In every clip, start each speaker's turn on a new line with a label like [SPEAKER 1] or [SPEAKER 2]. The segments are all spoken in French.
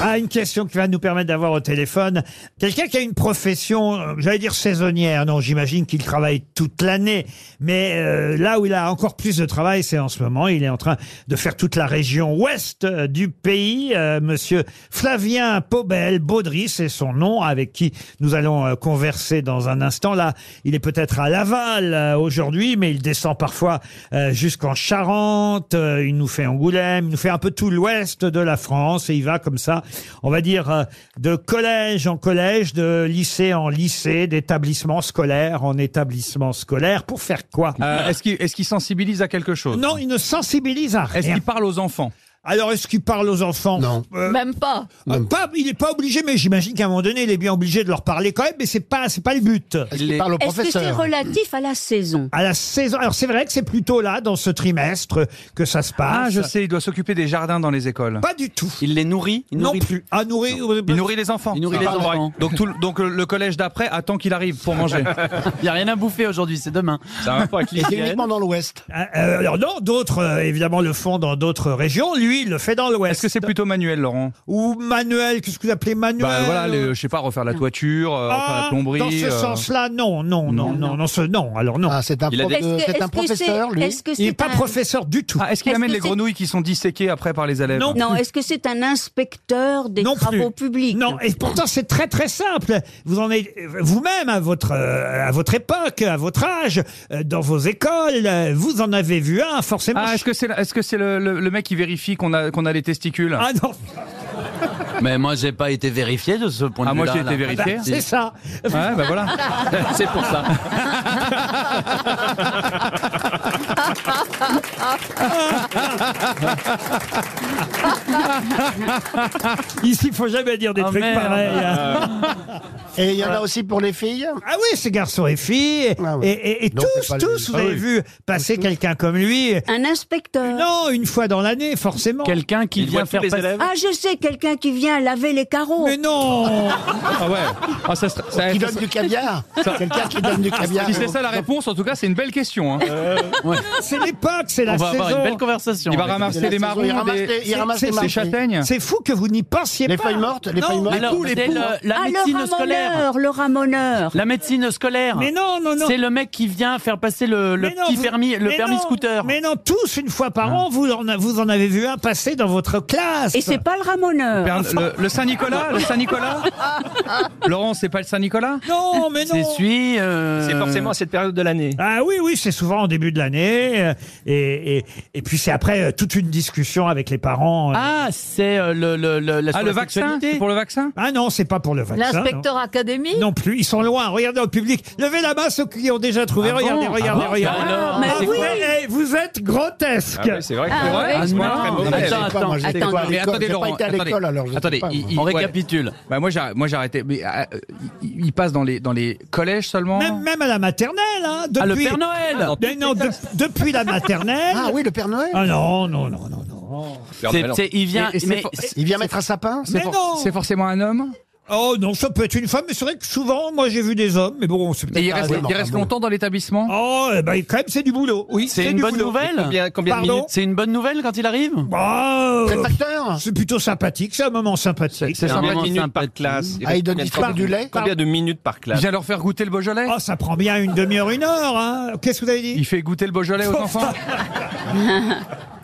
[SPEAKER 1] Ah, une question qui va nous permettre d'avoir au téléphone quelqu'un qui a une profession, euh, j'allais dire saisonnière. Non, j'imagine qu'il travaille toute l'année. Mais euh, là où il a encore plus de travail, c'est en ce moment. Il est en train de faire toute la région ouest euh, du pays. Euh, monsieur Flavien Paubel, Baudry, c'est son nom, avec qui nous allons euh, converser dans un instant. Là, il est peut-être à Laval euh, aujourd'hui, mais il descend parfois euh, jusqu'en Charente. euh, il nous fait Angoulême, il nous fait un peu tout l'ouest de la France et il va comme ça, on va dire, euh, de collège en collège, de lycée en lycée, d'établissement scolaire en établissement scolaire. Pour faire quoi
[SPEAKER 2] Euh, est-ce qu'il est-ce qu'il sensibilise à quelque chose
[SPEAKER 1] Non, il ne sensibilise à
[SPEAKER 2] Est-ce
[SPEAKER 1] rien.
[SPEAKER 2] qu'il parle aux enfants
[SPEAKER 1] Alors, est-ce qu'il parle aux enfants
[SPEAKER 3] Non.
[SPEAKER 1] Euh,
[SPEAKER 4] Même pas.
[SPEAKER 1] ah, pas, il n'est pas obligé, mais j'imagine qu'à un moment donné, il est bien obligé de leur parler quand même, mais c'est pas, c'est pas le but.
[SPEAKER 3] Est-ce
[SPEAKER 2] Les-
[SPEAKER 3] qu'il parle au
[SPEAKER 4] Est-ce que c'est
[SPEAKER 3] professeur
[SPEAKER 4] relatif à la saison
[SPEAKER 1] À la saison. Alors, c'est vrai que c'est plutôt là, dans ce trimestre, que ça se passe.
[SPEAKER 2] Ah, je sais, il doit s'occuper des jardins dans les écoles.
[SPEAKER 1] Pas du tout.
[SPEAKER 5] Il les nourrit Il
[SPEAKER 1] non
[SPEAKER 5] nourrit
[SPEAKER 1] plus. Ah, À nourrir.
[SPEAKER 2] Il nourrit les enfants.
[SPEAKER 5] Il nourrit les
[SPEAKER 2] Ah,
[SPEAKER 5] enfants.
[SPEAKER 2] ouais. Donc, tout le, donc euh, le le collège d'après attend qu'il arrive pour manger.
[SPEAKER 5] Il n'y a rien à bouffer aujourd'hui, c'est demain.
[SPEAKER 2] Ça va pas avec
[SPEAKER 3] Et c'est uniquement dans l'Ouest.
[SPEAKER 1] Ah, euh, alors non, d'autres euh, évidemment le font dans d'autres régions. Lui, il le fait dans l'Ouest.
[SPEAKER 2] Est-ce que c'est plutôt manuel, Laurent
[SPEAKER 1] ou Manuel Qu'est-ce que vous appelez Manuel
[SPEAKER 2] Bah voilà, les- je sais pas, refaire la toiture, euh, refaire
[SPEAKER 1] Ah,
[SPEAKER 2] la plomberie.
[SPEAKER 1] Dans ce
[SPEAKER 2] euh,
[SPEAKER 1] sens-là, non, non, non, non, non, ce- non. Alors non,
[SPEAKER 3] Ah, c'est un,
[SPEAKER 5] Il a
[SPEAKER 3] prof-
[SPEAKER 5] des-
[SPEAKER 3] euh,
[SPEAKER 4] Est-ce que
[SPEAKER 3] c'est un
[SPEAKER 4] est-ce que
[SPEAKER 3] professeur,
[SPEAKER 4] c'est
[SPEAKER 3] lui.
[SPEAKER 4] est-ce que
[SPEAKER 1] il n'est
[SPEAKER 4] c'est
[SPEAKER 1] pas
[SPEAKER 4] un-
[SPEAKER 1] professeur du tout.
[SPEAKER 2] Ah, est-ce qu'il
[SPEAKER 4] Est-ce
[SPEAKER 2] amène
[SPEAKER 4] que
[SPEAKER 2] les
[SPEAKER 4] c'est-
[SPEAKER 2] grenouilles qui sont disséquées après par les élèves
[SPEAKER 1] Non.
[SPEAKER 4] Non, est-ce que c'est un inspecteur des
[SPEAKER 1] Non plus.
[SPEAKER 4] travaux publics
[SPEAKER 1] Non, et pourtant c'est très très simple. Vous en êtes vous-même à votre euh, à votre époque, à votre âge, euh, dans vos écoles, euh, vous en avez vu un forcément.
[SPEAKER 2] Ah, est-ce que c'est est -ce c'est le, le- le mec qui vérifie qu'on a, qu'on a les testicules
[SPEAKER 1] Ah non,
[SPEAKER 6] Mais moi, j'ai pas été vérifié de ce point de
[SPEAKER 2] Ah, moi
[SPEAKER 6] vue-là.
[SPEAKER 2] j'ai été
[SPEAKER 6] là.
[SPEAKER 1] bah,
[SPEAKER 2] vérifié.
[SPEAKER 1] c'est ça.
[SPEAKER 2] Ouais, bah voilà.
[SPEAKER 6] C'est pour ça.
[SPEAKER 1] Ici, faut jamais dire des
[SPEAKER 5] Ah,
[SPEAKER 2] Oh,
[SPEAKER 1] trucs
[SPEAKER 2] merde.
[SPEAKER 1] pareils. hein.
[SPEAKER 3] Et il y en a aussi pour les filles.
[SPEAKER 1] Ah oui, ces garçons et filles,
[SPEAKER 3] Ah ouais.
[SPEAKER 1] et, et- et
[SPEAKER 3] Donc,
[SPEAKER 1] tous,
[SPEAKER 3] c'est pas le-
[SPEAKER 1] tous, vous
[SPEAKER 2] Ah
[SPEAKER 1] avez
[SPEAKER 2] oui.
[SPEAKER 1] vu passer quelqu'un comme lui.
[SPEAKER 4] Un inspecteur
[SPEAKER 1] Non, une fois dans l'année, forcément.
[SPEAKER 5] Quelqu'un qui
[SPEAKER 2] Il voit
[SPEAKER 5] vient
[SPEAKER 2] tous
[SPEAKER 5] faire
[SPEAKER 2] les
[SPEAKER 5] passer-
[SPEAKER 2] élèves.
[SPEAKER 4] Ah, je sais, quelqu'un qui vient laver les carreaux.
[SPEAKER 1] Mais non
[SPEAKER 2] Ah ouais. Ah, ça, serait- ça-
[SPEAKER 3] Qui
[SPEAKER 2] ça-
[SPEAKER 3] donne du caviar. Quelqu'un qui donne du caviar.
[SPEAKER 2] si c'est ça la réponse, en tout cas, c'est une belle question. hein.
[SPEAKER 5] Ah,
[SPEAKER 1] C'est l'époque, c'est
[SPEAKER 5] On
[SPEAKER 1] la
[SPEAKER 5] va avoir une belle
[SPEAKER 1] saison.
[SPEAKER 5] conversation.
[SPEAKER 2] Il va
[SPEAKER 5] avec-
[SPEAKER 3] C'est
[SPEAKER 2] ramasser
[SPEAKER 3] la
[SPEAKER 2] des
[SPEAKER 3] saison, Il
[SPEAKER 2] marrons,
[SPEAKER 3] ramasse
[SPEAKER 2] des,
[SPEAKER 3] les- il ramasse les
[SPEAKER 1] c'est-
[SPEAKER 2] des
[SPEAKER 3] marrons.
[SPEAKER 5] hein.
[SPEAKER 2] châtaignes.
[SPEAKER 1] C'est fou que vous n'y pensiez
[SPEAKER 3] Les
[SPEAKER 1] pas.
[SPEAKER 3] feuilles mortes, les
[SPEAKER 1] Non,
[SPEAKER 3] feuilles mortes.
[SPEAKER 5] Alors, c'est le- la
[SPEAKER 4] ah, le
[SPEAKER 5] médecine scolaire.
[SPEAKER 4] ramoneur, le ramoneur.
[SPEAKER 5] La médecine scolaire.
[SPEAKER 1] Mais non, non, non.
[SPEAKER 5] C'est le mec qui vient faire passer le, le
[SPEAKER 1] Mais non,
[SPEAKER 5] petit
[SPEAKER 1] vous-
[SPEAKER 5] permis, le
[SPEAKER 1] mais
[SPEAKER 5] permis
[SPEAKER 1] non,
[SPEAKER 5] scooter. Ah.
[SPEAKER 1] Mais non, tous, une fois par an, vous en, a- vous en avez vu un passer dans votre classe.
[SPEAKER 4] Et c'est pas le ramoneur.
[SPEAKER 2] Perd- Le, le Saint-Nicolas Le Saint-Nicolas Laurent, c'est pas le Saint-Nicolas
[SPEAKER 1] Non, mais
[SPEAKER 5] C'est
[SPEAKER 1] non
[SPEAKER 5] celui. euh,
[SPEAKER 2] cette période de l'année.
[SPEAKER 1] Ah oui, oui, c'est souvent en début de l'année. euh, Et, et, et puis c'est après euh, toute une discussion avec les parents. euh.
[SPEAKER 5] Ah, c'est euh, le, le, le, la, sur
[SPEAKER 2] Ah,
[SPEAKER 5] la
[SPEAKER 2] le vaccin
[SPEAKER 5] sexualité.
[SPEAKER 2] C'est pour le vaccin
[SPEAKER 1] Ah non, c'est pas pour le vaccin. non.
[SPEAKER 7] L'inspecteur académique
[SPEAKER 1] Non plus, ils sont loin. Regardez au public. Levez la main ceux qui ont déjà trouvé.
[SPEAKER 5] Ah
[SPEAKER 1] regardez,
[SPEAKER 5] bon
[SPEAKER 1] regardez,
[SPEAKER 5] Ah bon
[SPEAKER 1] regardez.
[SPEAKER 5] Bah alors,
[SPEAKER 4] mais
[SPEAKER 5] mais
[SPEAKER 1] Ah
[SPEAKER 5] c'est
[SPEAKER 1] vous,
[SPEAKER 5] quoi
[SPEAKER 1] eh, vous êtes grotesque.
[SPEAKER 2] c'est vrai.
[SPEAKER 7] Ah, ouais.
[SPEAKER 5] Ah, non.
[SPEAKER 3] Ah, mais je sais
[SPEAKER 5] Attends,
[SPEAKER 3] pas, moi,
[SPEAKER 5] attends.
[SPEAKER 3] j'étais
[SPEAKER 4] attendez.
[SPEAKER 3] pas à
[SPEAKER 2] Mais
[SPEAKER 3] l'école,
[SPEAKER 2] attendez,
[SPEAKER 3] j'ai pas
[SPEAKER 2] Laurent,
[SPEAKER 3] été à
[SPEAKER 2] attendez.
[SPEAKER 3] l'école, alors je sais
[SPEAKER 2] Attendez,
[SPEAKER 3] pas, moi.
[SPEAKER 2] il-
[SPEAKER 5] On
[SPEAKER 2] ouais.
[SPEAKER 5] récapitule.
[SPEAKER 2] Bah, moi, j'ai moi, j'ai arrêté. Mais euh, il, il passe dans les, dans les collèges seulement
[SPEAKER 1] Même, même à la maternelle. Hein, depuis,
[SPEAKER 5] Ah, le Père Noël
[SPEAKER 1] Mais non, de- depuis la maternelle.
[SPEAKER 3] Ah oui, le Père Noël.
[SPEAKER 1] Ah non, non, non, non, non.
[SPEAKER 5] C'est- c'est- Il vient.
[SPEAKER 2] Et c'est
[SPEAKER 5] mais-
[SPEAKER 2] for-
[SPEAKER 3] Il vient mettre un sapin.
[SPEAKER 1] Mais
[SPEAKER 2] C'est for-
[SPEAKER 1] non.
[SPEAKER 2] c'est forcément un homme
[SPEAKER 1] Oh non, ça peut être une femme, mais c'est vrai que souvent, moi j'ai vu des hommes, mais bon, c'est
[SPEAKER 2] Et
[SPEAKER 1] peut-être.
[SPEAKER 2] il reste,
[SPEAKER 3] raison.
[SPEAKER 2] il reste longtemps dans l'établissement
[SPEAKER 1] Oh, eh ben, quand même, c'est du boulot. Oui,
[SPEAKER 5] C'est une
[SPEAKER 1] du
[SPEAKER 5] bonne
[SPEAKER 1] boulot.
[SPEAKER 5] nouvelle
[SPEAKER 1] Pardon
[SPEAKER 5] C'est une bonne nouvelle quand il arrive
[SPEAKER 1] Bah, euh,
[SPEAKER 3] C'est facteur.
[SPEAKER 1] C'est plutôt sympathique, c'est un moment sympathique.
[SPEAKER 2] C'est sympa.
[SPEAKER 5] minutes par
[SPEAKER 8] classe.
[SPEAKER 3] Ah, il donne du du lait.
[SPEAKER 8] Combien de minutes par
[SPEAKER 2] Il
[SPEAKER 8] classe
[SPEAKER 2] vient leur faire goûter le Beaujolais
[SPEAKER 1] Oh, ça prend bien une demi-heure, une heure. Hein. Qu'est-ce que vous avez dit
[SPEAKER 2] Il fait goûter le Beaujolais
[SPEAKER 1] Oh,
[SPEAKER 2] aux enfants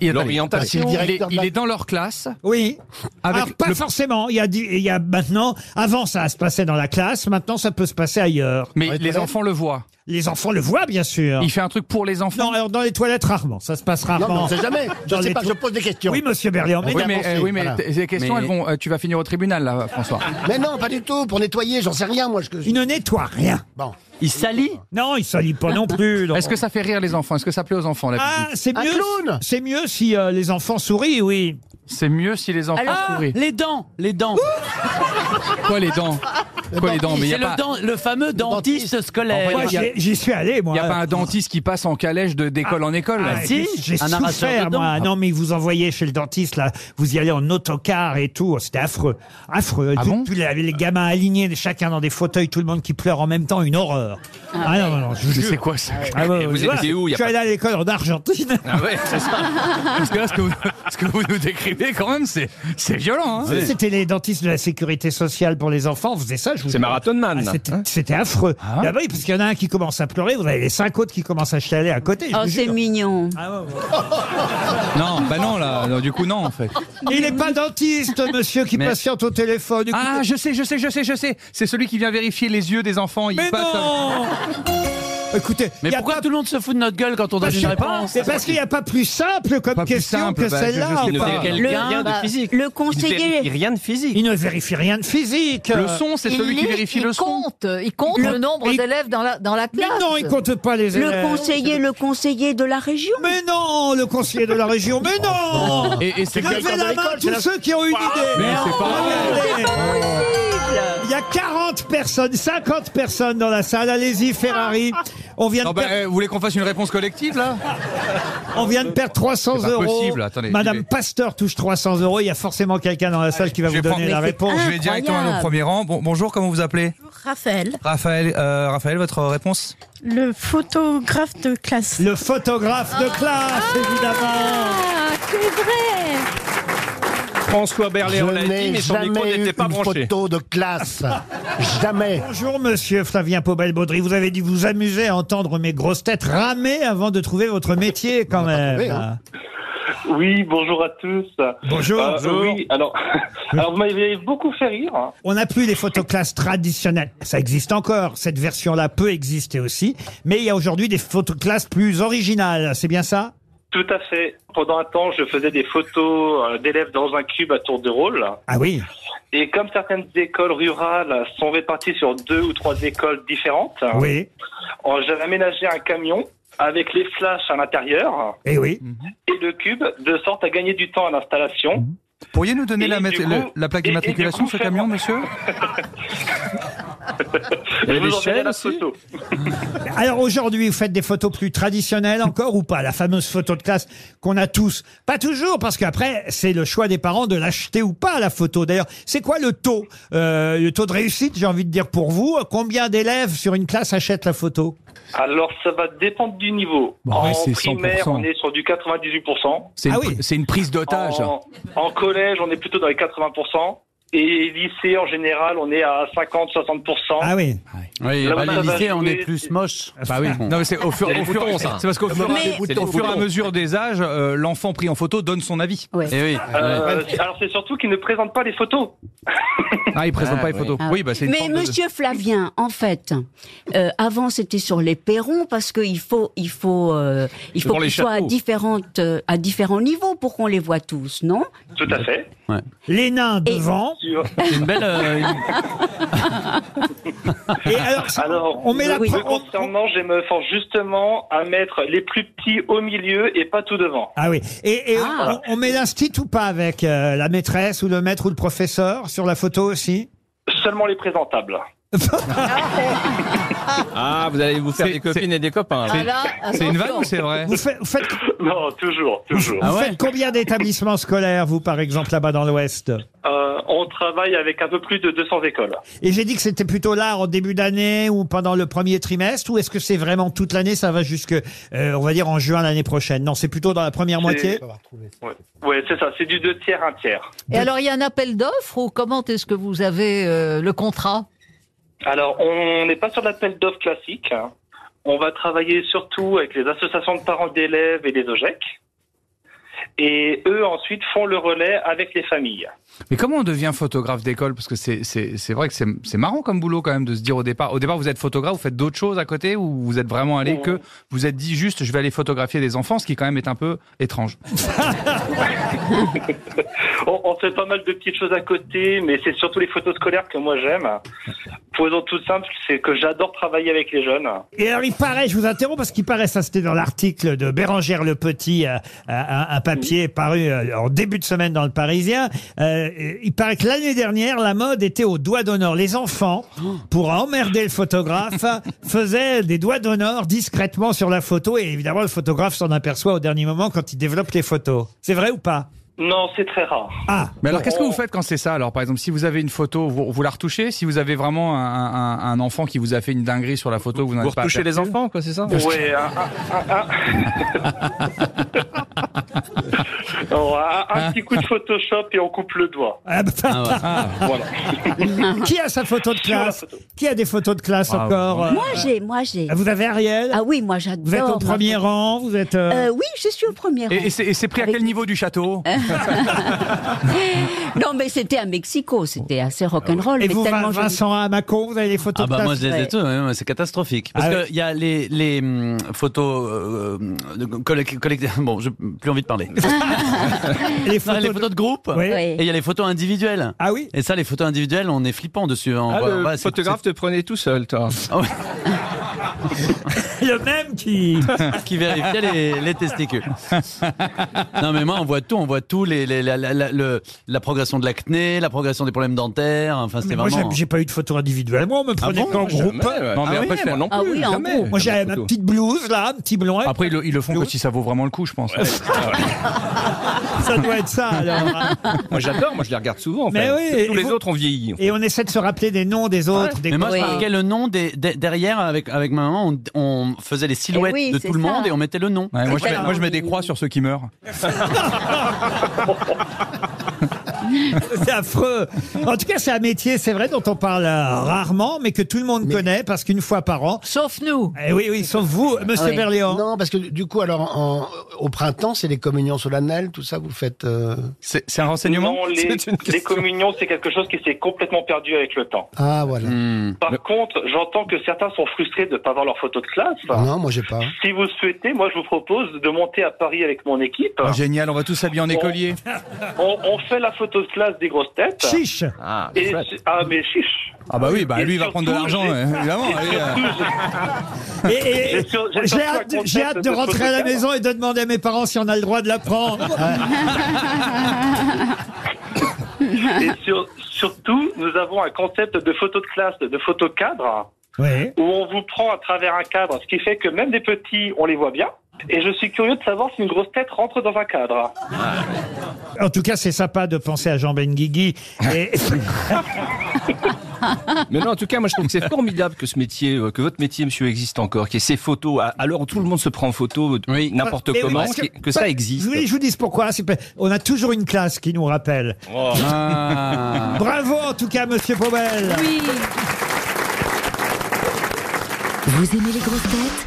[SPEAKER 2] Il-
[SPEAKER 3] L'orientation.
[SPEAKER 2] Il est,
[SPEAKER 3] Directeur de
[SPEAKER 2] il
[SPEAKER 3] la-
[SPEAKER 2] est dans leur classe
[SPEAKER 1] Oui.
[SPEAKER 2] avec
[SPEAKER 1] Alors, pas
[SPEAKER 2] le-
[SPEAKER 1] forcément. Il y, a, du- il y a maintenant, avant ça se passait dans la classe, maintenant ça peut se passer ailleurs.
[SPEAKER 2] Mais
[SPEAKER 3] Ouais, Ah.
[SPEAKER 2] les
[SPEAKER 3] toi,
[SPEAKER 2] enfants le voient.
[SPEAKER 1] Les enfants le voient, bien sûr.
[SPEAKER 2] Il fait un truc pour les enfants.
[SPEAKER 1] Non, alors dans les toilettes, rarement. Ça se passe
[SPEAKER 3] Non, mais
[SPEAKER 1] rarement.
[SPEAKER 3] on sait jamais. Je
[SPEAKER 1] Ah, Dans
[SPEAKER 3] sais
[SPEAKER 1] les
[SPEAKER 3] pas,
[SPEAKER 1] trous.
[SPEAKER 3] je pose des questions.
[SPEAKER 1] oui, monsieur Berlian, mais
[SPEAKER 2] oui,
[SPEAKER 3] t'as
[SPEAKER 2] mais,
[SPEAKER 3] pensé,
[SPEAKER 2] euh, oui, mais Ah,
[SPEAKER 3] voilà.
[SPEAKER 2] t- ces questions,
[SPEAKER 5] Mais-
[SPEAKER 2] elles vont, euh, tu vas finir au tribunal, là, François.
[SPEAKER 3] Mais non, pas du tout. Pour nettoyer, j'en sais rien, moi. Je...
[SPEAKER 1] il ne nettoie rien.
[SPEAKER 3] Bon.
[SPEAKER 5] Il salit
[SPEAKER 1] Non, il salit pas non plus. donc.
[SPEAKER 2] Est-ce que ça fait rire les enfants Est-ce que ça plaît aux enfants, la
[SPEAKER 1] Ah,
[SPEAKER 2] visite
[SPEAKER 1] c'est
[SPEAKER 3] Un
[SPEAKER 1] mieux.
[SPEAKER 3] clown
[SPEAKER 1] C'est mieux si euh, les enfants sourient, oui.
[SPEAKER 5] Ah,
[SPEAKER 2] C'est mieux si les enfants
[SPEAKER 5] Alors,
[SPEAKER 2] sourient.
[SPEAKER 5] les dents Les dents
[SPEAKER 2] Quoi, les dents Quoi, les dents Mais il n'y
[SPEAKER 5] C'est
[SPEAKER 2] a, pas-
[SPEAKER 5] le, dent- le fameux dentiste,
[SPEAKER 3] dentiste.
[SPEAKER 5] scolaire.
[SPEAKER 1] Moi, j'y j'y suis allé, moi.
[SPEAKER 2] y a pas un dentiste qui passe en calèche de- d'école en école
[SPEAKER 1] Ah,
[SPEAKER 2] là.
[SPEAKER 1] j'ai-
[SPEAKER 5] si,
[SPEAKER 1] j'ai
[SPEAKER 5] un arracheur
[SPEAKER 1] souffert,
[SPEAKER 5] de dents.
[SPEAKER 1] moi.
[SPEAKER 5] Ah.
[SPEAKER 1] Non, mais ils vous envoyaient chez le dentiste, là. Vous y allez en autocar et tout. Oh, C'était affreux. Affreux.
[SPEAKER 2] Ah
[SPEAKER 1] Tout-
[SPEAKER 2] bon
[SPEAKER 1] tous les, les gamins alignés, chacun dans des fauteuils, tout le monde qui pleure en même temps, une horreur. Ah, non, non, non, je vous
[SPEAKER 2] Mais
[SPEAKER 1] jure.
[SPEAKER 2] c'est quoi ça Eh,
[SPEAKER 1] Ah, ouais,
[SPEAKER 6] Et vous
[SPEAKER 1] ouais,
[SPEAKER 6] étiez
[SPEAKER 1] voilà.
[SPEAKER 6] où Il y a
[SPEAKER 1] Je suis
[SPEAKER 6] pas-
[SPEAKER 1] allé à l'école en Argentine.
[SPEAKER 6] Ah ouais, c'est ça.
[SPEAKER 2] Parce que là, ce que vous, ce que vous nous décrivez, quand même, c'est c'est violent. Hein
[SPEAKER 1] C'était les dentistes de la sécurité sociale pour les enfants, on faisait ça. je vous
[SPEAKER 6] C'est
[SPEAKER 1] jure.
[SPEAKER 6] Marathon Man,
[SPEAKER 1] Ah,
[SPEAKER 6] là,
[SPEAKER 1] c'était-
[SPEAKER 6] hein
[SPEAKER 1] C'était affreux.
[SPEAKER 2] Ah.
[SPEAKER 1] Là-bas, parce qu'il y en a un qui commence à pleurer, vous avez les cinq autres qui commencent à chialer à côté. je
[SPEAKER 4] Oh,
[SPEAKER 1] vous
[SPEAKER 4] c'est
[SPEAKER 1] jure.
[SPEAKER 4] mignon.
[SPEAKER 1] Ah, ouais, ouais.
[SPEAKER 2] Non, bah non, là, non, du coup, non, en fait.
[SPEAKER 1] Il n'est pas dentiste, monsieur, qui
[SPEAKER 2] Mais-
[SPEAKER 1] patiente au téléphone.
[SPEAKER 2] Ah, je sais, je sais, je sais, je sais. C'est celui qui vient vérifier les yeux des enfants. Il
[SPEAKER 1] Mais
[SPEAKER 2] passe
[SPEAKER 1] non Écoutez,
[SPEAKER 5] Mais
[SPEAKER 1] il y a
[SPEAKER 5] pourquoi
[SPEAKER 1] pas-
[SPEAKER 5] tout le monde se fout de notre gueule quand on
[SPEAKER 1] Bah,
[SPEAKER 5] donne
[SPEAKER 1] je
[SPEAKER 5] une
[SPEAKER 1] sais pas,
[SPEAKER 5] réponse
[SPEAKER 1] c'est parce qu'il n'y a pas plus simple comme
[SPEAKER 2] Pas plus
[SPEAKER 1] question
[SPEAKER 2] simple,
[SPEAKER 1] que
[SPEAKER 2] bah, je-
[SPEAKER 1] celle-là.
[SPEAKER 2] je sais
[SPEAKER 1] ou
[SPEAKER 2] pas.
[SPEAKER 1] pas
[SPEAKER 2] Quelqu'un
[SPEAKER 5] Quelqu'un de
[SPEAKER 4] bah,
[SPEAKER 5] physique.
[SPEAKER 4] le conseiller,
[SPEAKER 6] Rien de physique.
[SPEAKER 1] Il euh, ne vérifie rien de physique.
[SPEAKER 2] Le son, c'est
[SPEAKER 7] Il
[SPEAKER 2] celui qui
[SPEAKER 7] lit,
[SPEAKER 2] vérifie
[SPEAKER 7] il
[SPEAKER 2] le son.
[SPEAKER 7] compte, il compte
[SPEAKER 1] Le-
[SPEAKER 7] le, nombre
[SPEAKER 1] il-
[SPEAKER 7] d'élèves dans la, dans la
[SPEAKER 1] Mais
[SPEAKER 7] classe.
[SPEAKER 1] non, il compte pas les
[SPEAKER 4] le
[SPEAKER 1] élèves.
[SPEAKER 4] conseiller, le conseiller de la région.
[SPEAKER 1] Mais non, le conseiller de la région. Mais non
[SPEAKER 2] Et, et c'est
[SPEAKER 1] Levez la main tous ceux qui ont une idée.
[SPEAKER 2] Mais c'est pas
[SPEAKER 1] Regardez. Il y a 40 personnes, 50 personnes dans la salle. Allez-y, Ferrari. On vient, de
[SPEAKER 2] Non, bah,
[SPEAKER 1] perdre,
[SPEAKER 2] eh, vous voulez qu'on fasse une réponse collective, là
[SPEAKER 1] on vient de perdre 300
[SPEAKER 2] C'est pas
[SPEAKER 1] euros.
[SPEAKER 2] possible, attendez,
[SPEAKER 1] Madame
[SPEAKER 2] il est-
[SPEAKER 1] Pasteur touche 300 euros. Il y a forcément quelqu'un dans la salle qui va vous donner la réponse.
[SPEAKER 2] Je vais directement aller au premier rang. Bon, bonjour, comment vous appelez
[SPEAKER 8] Raphaël,
[SPEAKER 2] Raphaël, euh, Raphaël, votre réponse
[SPEAKER 8] le photographe de classe.
[SPEAKER 1] Le photographe de classe, évidemment.
[SPEAKER 6] François Berléand l'a
[SPEAKER 3] Je
[SPEAKER 6] dit,
[SPEAKER 3] n'ai
[SPEAKER 6] mais son micro
[SPEAKER 3] jamais eu
[SPEAKER 6] n'était pas
[SPEAKER 3] une
[SPEAKER 6] branché.
[SPEAKER 3] photo de classe. jamais.
[SPEAKER 1] Bonjour monsieur Flavien Pobel-Baudry, vous avez dû vous amuser à entendre mes grosses têtes ramer avant de trouver votre métier quand même.
[SPEAKER 3] trouvé, hein.
[SPEAKER 9] Oui, bonjour à tous.
[SPEAKER 1] Bonjour.
[SPEAKER 9] Euh,
[SPEAKER 1] Bonjour.
[SPEAKER 9] Oui, alors, alors vous m'avez beaucoup fait rire. hein.
[SPEAKER 1] On n'a plus les photoclasses traditionnelles, ça existe encore, cette version-là peut exister aussi, mais il y a aujourd'hui des photoclasses plus originales, c'est bien ça
[SPEAKER 9] Tout à fait. Pendant un temps, je faisais des photos euh, d'élèves dans un cube à tour de rôle.
[SPEAKER 1] Ah oui
[SPEAKER 9] Et comme certaines écoles rurales sont réparties sur deux ou trois écoles différentes,
[SPEAKER 1] Oui,
[SPEAKER 9] euh, j'avais aménagé un camion avec les flashs à l'intérieur
[SPEAKER 1] et Eh oui.
[SPEAKER 9] et le cube, de sorte à gagner du temps à l'installation.
[SPEAKER 2] Pourriez nous donner
[SPEAKER 9] Et
[SPEAKER 2] la,
[SPEAKER 9] du
[SPEAKER 2] mat-
[SPEAKER 9] coup-
[SPEAKER 2] le- la plaque
[SPEAKER 9] et- et
[SPEAKER 2] d'immatriculation
[SPEAKER 9] du
[SPEAKER 2] de ce
[SPEAKER 9] coup,
[SPEAKER 2] camion, monsieur
[SPEAKER 9] faire-
[SPEAKER 6] Et
[SPEAKER 9] Je vous enverrai
[SPEAKER 6] l'échelle
[SPEAKER 9] la
[SPEAKER 6] aussi
[SPEAKER 9] photo.
[SPEAKER 1] Alors aujourd'hui, vous faites des photos plus traditionnelles encore ou pas La fameuse photo de classe qu'on a tous. Pas toujours, parce qu'après, c'est le choix des parents de l'acheter ou pas, la photo. D'ailleurs, c'est quoi le taux Euh, Le taux de réussite, j'ai envie de dire pour vous. Combien d'élèves sur une classe achètent la photo
[SPEAKER 9] Alors, ça va dépendre du niveau.
[SPEAKER 2] Bon,
[SPEAKER 9] en
[SPEAKER 2] ouais, c'est
[SPEAKER 9] primaire,
[SPEAKER 2] 100%.
[SPEAKER 9] on est sur du 98%.
[SPEAKER 2] C'est
[SPEAKER 1] Ah
[SPEAKER 2] une,
[SPEAKER 1] oui.
[SPEAKER 2] c'est une prise d'otage.
[SPEAKER 9] En, en collège, on est plutôt dans les 80%. Et lycée, en général, on est à 50-60%.
[SPEAKER 1] Ah oui.
[SPEAKER 6] Oui,
[SPEAKER 9] Là,
[SPEAKER 6] bah,
[SPEAKER 9] ça
[SPEAKER 6] les-
[SPEAKER 9] va
[SPEAKER 5] lycée, on est
[SPEAKER 9] jouer-
[SPEAKER 5] plus moche.
[SPEAKER 9] Ah,
[SPEAKER 2] Bah oui. Non, mais c'est au fur,
[SPEAKER 6] C'est les
[SPEAKER 2] au fur-
[SPEAKER 6] boutons, ça.
[SPEAKER 2] c'est parce qu'au fur,
[SPEAKER 4] Mais-
[SPEAKER 6] C'est les
[SPEAKER 2] au fur et à
[SPEAKER 6] boutons.
[SPEAKER 2] mesure des âges, euh, l'enfant pris en photo donne son avis.
[SPEAKER 4] Ouais.
[SPEAKER 6] Eh oui.
[SPEAKER 9] Euh, c'est- alors, c'est surtout qu'ils ne présentent pas les photos.
[SPEAKER 2] Ah, il présente
[SPEAKER 6] Ah,
[SPEAKER 2] pas les
[SPEAKER 6] oui.
[SPEAKER 2] photos.
[SPEAKER 4] Ah.
[SPEAKER 2] Oui, bah c'est une
[SPEAKER 4] Mais
[SPEAKER 2] forme de-
[SPEAKER 4] Monsieur Flavien, en fait, euh, avant c'était sur les perrons parce qu'il faut, il faut, euh, il
[SPEAKER 6] C'est
[SPEAKER 4] faut
[SPEAKER 6] pour les
[SPEAKER 4] qu'ils soient à
[SPEAKER 6] châteaux.
[SPEAKER 4] différentes, euh, à différents niveaux pour qu'on les voit tous, non
[SPEAKER 9] Tout à fait.
[SPEAKER 1] Les nains
[SPEAKER 4] Et-
[SPEAKER 1] devant.
[SPEAKER 9] Sur-
[SPEAKER 5] C'est une belle. euh, une-
[SPEAKER 1] Et alors,
[SPEAKER 9] Alors,
[SPEAKER 1] Ah, on met la...
[SPEAKER 4] Oui.
[SPEAKER 9] me
[SPEAKER 1] on-
[SPEAKER 9] concernant, je me force justement à mettre les plus petits au milieu et pas tout devant.
[SPEAKER 1] Ah oui. Et, et
[SPEAKER 4] Ah.
[SPEAKER 1] on, on met l'instit ou pas avec euh, la maîtresse ou le maître ou le professeur sur la photo aussi
[SPEAKER 9] Seulement les présentables.
[SPEAKER 6] Ah, vous allez vous faire
[SPEAKER 2] C'est-
[SPEAKER 6] des copines et des copains.
[SPEAKER 7] Ah là,
[SPEAKER 2] C'est une vanne
[SPEAKER 7] attention.
[SPEAKER 2] ou c'est vrai
[SPEAKER 1] vous, faites- vous faites,
[SPEAKER 9] Non, toujours, toujours.
[SPEAKER 5] Ah
[SPEAKER 1] vous faites combien d'établissements scolaires, vous, par exemple, là-bas dans l'Ouest
[SPEAKER 9] Euh, on travaille avec un peu plus de 200 écoles.
[SPEAKER 1] Et j'ai dit que c'était plutôt là en début d'année ou pendant le premier trimestre, ou est-ce que c'est vraiment toute l'année Ça va jusque, euh, on va dire, en juin l'année prochaine. Non, c'est plutôt dans la première moitié.
[SPEAKER 9] Ouais, ouais c'est ça. C'est du deux tiers, un tiers.
[SPEAKER 7] Et alors, il y a un appel d'offres ou comment est-ce que vous avez euh, le contrat
[SPEAKER 9] Alors, on n'est pas sur l'appel d'offres classique. hein. On va travailler surtout avec les associations de parents d'élèves et les OGEC. E Et eux, ensuite, font le relais avec les familles.
[SPEAKER 2] Mais comment on devient photographe d'école Parce que c'est- c'est c'est vrai que c'est c'est marrant comme boulot quand même de se dire au départ. Au départ, vous êtes photographe, vous faites d'autres choses à côté ou vous êtes vraiment allé
[SPEAKER 9] Oh.
[SPEAKER 2] que vous êtes dit juste je vais aller photographier des enfants, ce qui quand même est un peu étrange.
[SPEAKER 9] On, on fait pas mal de petites choses à côté, mais c'est surtout les photos scolaires que moi j'aime. Pour raison toute simple, c'est que j'adore travailler avec les jeunes.
[SPEAKER 1] Et alors, il paraît, je vous interromps parce qu'il paraît, ça c'était dans l'article de Bérangère Le Petit, euh, un, un papier paru euh, en début de semaine dans le Parisien. Euh, il paraît que l'année dernière, la mode était au doigt d'honneur. Les enfants, pour emmerder le photographe, faisaient des doigts d'honneur discrètement sur la photo et évidemment le photographe s'en aperçoit au dernier moment quand il développe les photos. C'est vrai ou pas
[SPEAKER 9] Non, c'est très rare.
[SPEAKER 1] Ah,
[SPEAKER 2] Mais alors, qu'est-ce que vous faites quand c'est ça Alors, par exemple, si vous avez une photo, vous, vous la retouchez. Si vous avez vraiment un, un- un enfant qui vous a fait une dinguerie sur la photo, vous n'avez
[SPEAKER 5] Vous
[SPEAKER 2] pas.
[SPEAKER 5] retouchez les
[SPEAKER 2] aperçu.
[SPEAKER 5] enfants, quoi, c'est ça
[SPEAKER 9] Ouais, un, un- un- un- Oh, un- un petit coup de Photoshop et on coupe le doigt.
[SPEAKER 1] Ah bah,
[SPEAKER 9] Voilà.
[SPEAKER 1] Qui a sa photo de
[SPEAKER 9] Sur la
[SPEAKER 1] classe
[SPEAKER 9] photo.
[SPEAKER 1] Qui a des photos de classe
[SPEAKER 2] Bravo.
[SPEAKER 1] encore euh,
[SPEAKER 4] Moi j'ai, moi j'ai.
[SPEAKER 1] Vous avez Ariel
[SPEAKER 4] Ah oui, moi j'adore.
[SPEAKER 1] Vous êtes au
[SPEAKER 4] ma-
[SPEAKER 1] premier rang Vous êtes euh,
[SPEAKER 4] Euh, oui, je suis au premier
[SPEAKER 2] Et,
[SPEAKER 4] rang.
[SPEAKER 2] et c'est- et c'est pris à
[SPEAKER 4] Avec-
[SPEAKER 2] quel niveau du château
[SPEAKER 4] Non, mais c'était à Mexico, c'était assez rock'n'roll.
[SPEAKER 1] Et
[SPEAKER 4] mais
[SPEAKER 1] vous, Vin-
[SPEAKER 4] tellement joli.
[SPEAKER 1] Vincent Hamaco, vous avez les photos
[SPEAKER 6] Ah bah
[SPEAKER 1] de
[SPEAKER 6] moi
[SPEAKER 1] classe
[SPEAKER 6] je les ai
[SPEAKER 4] ouais.
[SPEAKER 6] tous, ouais, ouais, c'est catastrophique. Parce
[SPEAKER 1] Ah
[SPEAKER 6] que
[SPEAKER 1] ouais.
[SPEAKER 6] qu'il y a les, les hum, photos euh, de collect- collect- Bon, j'ai plus envie de parler.
[SPEAKER 1] Les
[SPEAKER 6] Non,
[SPEAKER 1] photos
[SPEAKER 6] Ah, les
[SPEAKER 1] de-
[SPEAKER 6] photos de groupe
[SPEAKER 1] Oui.
[SPEAKER 6] et il y a les photos individuelles.
[SPEAKER 1] Ah oui
[SPEAKER 6] Et ça, les photos individuelles, on est flippant dessus. hein.
[SPEAKER 5] Ah,
[SPEAKER 6] On va-
[SPEAKER 5] le
[SPEAKER 6] on va- c'est-
[SPEAKER 5] photographe te prenait tout seul, toi.
[SPEAKER 1] Le même qui...
[SPEAKER 6] qui vérifiait les, les testicules. Non, mais moi, on voit tout, on voit tout, les, les- la, la- la- le- la progression de l'acné, la progression des problèmes dentaires. Enfin, c'était
[SPEAKER 1] Mais moi,
[SPEAKER 6] vraiment. Ah
[SPEAKER 1] j'ai- j'ai pas eu de photos individuelles. Moi, on me prenait qu'en groupe.
[SPEAKER 2] Non, mais
[SPEAKER 5] Ah oui,
[SPEAKER 2] après,
[SPEAKER 5] moi non
[SPEAKER 4] Ah
[SPEAKER 5] plus,
[SPEAKER 4] oui, en
[SPEAKER 5] jamais.
[SPEAKER 4] groupe.
[SPEAKER 1] Moi, j'avais
[SPEAKER 5] Jamais
[SPEAKER 1] ma
[SPEAKER 5] photo.
[SPEAKER 1] petite blouse, là, un petit blond.
[SPEAKER 2] Après, ils le, ils le font que si ça vaut vraiment le coup, je pense.
[SPEAKER 1] ça doit être ça, alors. hein.
[SPEAKER 5] Moi j'adore, moi je les regarde souvent. en
[SPEAKER 1] Mais
[SPEAKER 5] fait.
[SPEAKER 1] oui,
[SPEAKER 5] Tous
[SPEAKER 1] et
[SPEAKER 5] les
[SPEAKER 1] vous-
[SPEAKER 5] autres ont vieilli.
[SPEAKER 1] Et on essaie de se rappeler des noms des autres. Des...
[SPEAKER 6] Mais moi, je
[SPEAKER 4] Oui.
[SPEAKER 6] marquais le nom des, des- derrière avec, avec ma maman. On, on faisait les silhouettes
[SPEAKER 4] Eh oui,
[SPEAKER 6] de
[SPEAKER 4] c'est
[SPEAKER 6] tout le
[SPEAKER 4] ça.
[SPEAKER 6] monde et on mettait le nom.
[SPEAKER 2] Ouais, moi, je
[SPEAKER 4] C'est
[SPEAKER 2] mets, moi, je mets des croix sur ceux qui meurent.
[SPEAKER 1] C'est affreux. En tout cas, c'est un métier, c'est vrai, dont on parle euh, rarement, mais que tout le monde connaît, parce qu'une fois par an...
[SPEAKER 7] Sauf nous.
[SPEAKER 1] Eh oui, oui, sauf vous, monsieur
[SPEAKER 4] Ah oui.
[SPEAKER 1] Berléand.
[SPEAKER 3] Non, parce que du coup, alors, en- au printemps, c'est les communions solennelles, tout ça, vous faites. euh,
[SPEAKER 2] C'est c'est un renseignement
[SPEAKER 9] Non, les,
[SPEAKER 2] C'est une question.
[SPEAKER 9] les communions, c'est quelque chose qui s'est complètement perdu avec le temps.
[SPEAKER 3] Ah, voilà.
[SPEAKER 9] Par contre, j'entends que certains sont frustrés de ne pas avoir leur photo de classe.
[SPEAKER 3] Non, moi, j'ai pas.
[SPEAKER 9] Si vous souhaitez, moi je vous propose de monter à Paris avec mon équipe.
[SPEAKER 2] Oh, génial, on va tous s'habiller en écolier.
[SPEAKER 9] On, on fait la photo de classe des grosses têtes.
[SPEAKER 1] Chiche
[SPEAKER 5] Ah,
[SPEAKER 9] Et-
[SPEAKER 5] chouette.
[SPEAKER 9] ah mais chiche.
[SPEAKER 2] Ah bah oui, bah
[SPEAKER 9] Et
[SPEAKER 2] lui il va
[SPEAKER 9] surtout,
[SPEAKER 2] prendre de l'argent,
[SPEAKER 9] j'ai-
[SPEAKER 2] ouais, évidemment.
[SPEAKER 9] Et
[SPEAKER 2] allez, euh.
[SPEAKER 9] surtout, j'ai-
[SPEAKER 1] Et- et-
[SPEAKER 9] J'ai sur- j'ai
[SPEAKER 1] J'ai
[SPEAKER 9] surtout un
[SPEAKER 1] hâte,
[SPEAKER 9] contact
[SPEAKER 1] j'ai hâte de
[SPEAKER 9] de
[SPEAKER 1] rentrer à la
[SPEAKER 9] photographe.
[SPEAKER 1] maison et de demander à mes parents si on a le droit de Ah la prendre.
[SPEAKER 9] Et sur- surtout, nous avons un concept de photo de classe, de photo cadre,
[SPEAKER 1] Oui.
[SPEAKER 9] où on vous prend à travers un cadre, ce qui fait que même des petits, on les voit bien. Et je suis curieux de savoir si une grosse tête rentre dans un cadre.
[SPEAKER 1] En tout cas, c'est sympa de penser à Jean Benguigui. Et
[SPEAKER 5] Mais non, en tout cas, moi je trouve que c'est formidable que ce métier, euh, que votre métier, monsieur, existe encore, qu'il y ait ces photos, à, à l'heure où tout le monde se prend en photo, euh,
[SPEAKER 6] Oui.
[SPEAKER 5] n'importe
[SPEAKER 1] Mais oui,
[SPEAKER 5] comment,
[SPEAKER 1] parce
[SPEAKER 5] que, que ça
[SPEAKER 1] parce-
[SPEAKER 5] existe.
[SPEAKER 1] Vous voulez que je vous dise pourquoi C'est pa- On a toujours une classe qui nous rappelle.
[SPEAKER 5] Oh.
[SPEAKER 6] Ah.
[SPEAKER 1] Bravo en tout cas, Monsieur Paubel.
[SPEAKER 7] Oui.
[SPEAKER 10] Vous aimez les grosses têtes